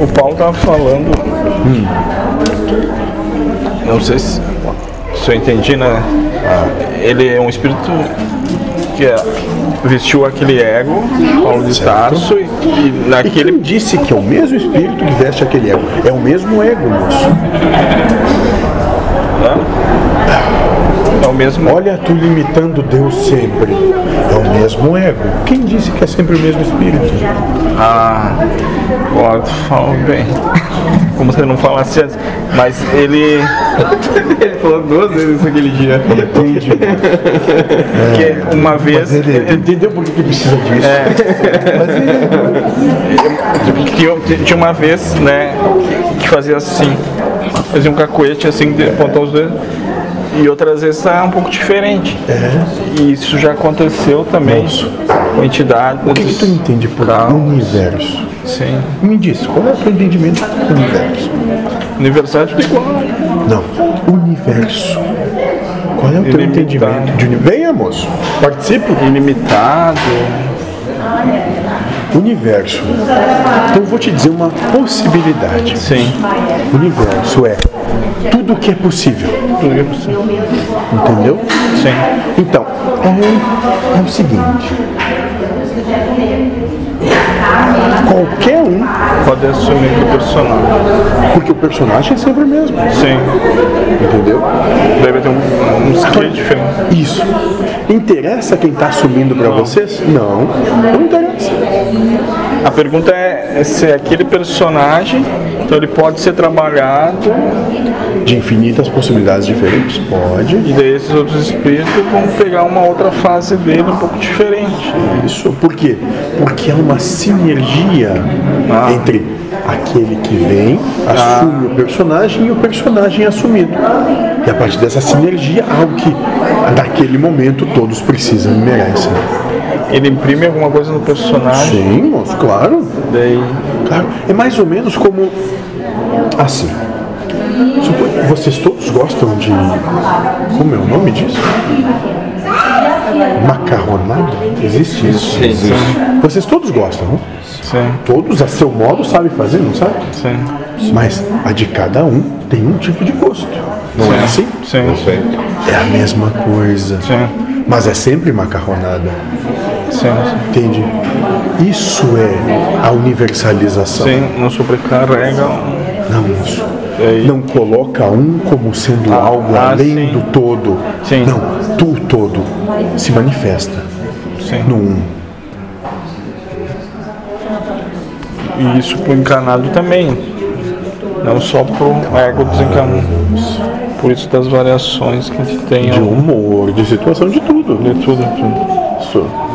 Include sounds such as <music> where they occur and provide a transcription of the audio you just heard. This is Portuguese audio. O Paulo tava falando. Hum. Não sei se, se eu entendi, né? Ele é um espírito que é- vestiu aquele ego, Paulo de Tarso, e, e Aquele <laughs> naquele. disse que é o mesmo espírito que veste aquele ego. É o mesmo ego, moço. É o mesmo. Olha tu limitando Deus sempre. É o mesmo ego. Quem disse que é sempre o mesmo espírito? Ah, ó, tu falou bem. <laughs> Como se eu não falasse antes. Mas ele. <laughs> ele falou duas vezes isso aquele dia. Entende? Porque uma vez. Mas ele, ele- entendeu por que que precisa disso? É. <laughs> Mas ele, Tinha, tinha uma vez, né, que fazia assim, fazia um cacoete assim, de apontar os dedos, e outras vezes tá um pouco diferente. É. E isso já aconteceu também com entidades. o que, que tu entende por universo? Sim. Me diz, qual é o teu entendimento do universo? Universidade igual. Não, universo. Qual é o teu Ilimitado. entendimento de universo? Venha, moço, participe. Ilimitado. Universo. Então eu vou te dizer uma possibilidade. Sim. Universo é tudo que é possível. Tudo que é possível. Entendeu? Sim. Então, é, é o seguinte. Qualquer um, Pode assumir que o personagem. porque o personagem é sempre o mesmo, Sim. entendeu? Deve ter um, um skill diferente. Isso. Interessa quem está assumindo para vocês? Não. Não interessa. A pergunta é, é se aquele personagem, então ele pode ser trabalhado De infinitas possibilidades diferentes? Pode. E daí esses outros espíritos vão pegar uma outra fase dele um pouco diferente. Isso. Por quê? Porque é uma sinergia Ah. entre aquele que vem, assume o personagem e o personagem é assumido. E a partir dessa sinergia, algo que naquele momento todos precisam e merecem. Ele imprime alguma coisa no personagem, Sim, moço, claro. daí. Claro. É mais ou menos como assim. Supo- Vocês todos gostam de. Como é o nome disso? Macarronada? Existe isso? Sim, sim. Vocês todos gostam, não? Sim, Todos a seu modo sabem fazer, não sabe? sim. Mas a de cada um tem um tipo de gosto. Não é assim? Sim, sim. É a mesma coisa. Sim. Mas é sempre macarronada. sim. Entende? Isso é a universalização. não sobrecarrega. um- Não, isso. Daí. Não coloca um como sendo É Ah, algo ah, além sim. do todo. Sim. Não, tu todo se manifesta Sim. no um. E isso pro encanado também. Não só pro ego desencanado. Por isso das variações que a gente tem. De ó, humor, de situação, de tudo. De tudo, tudo. Isso.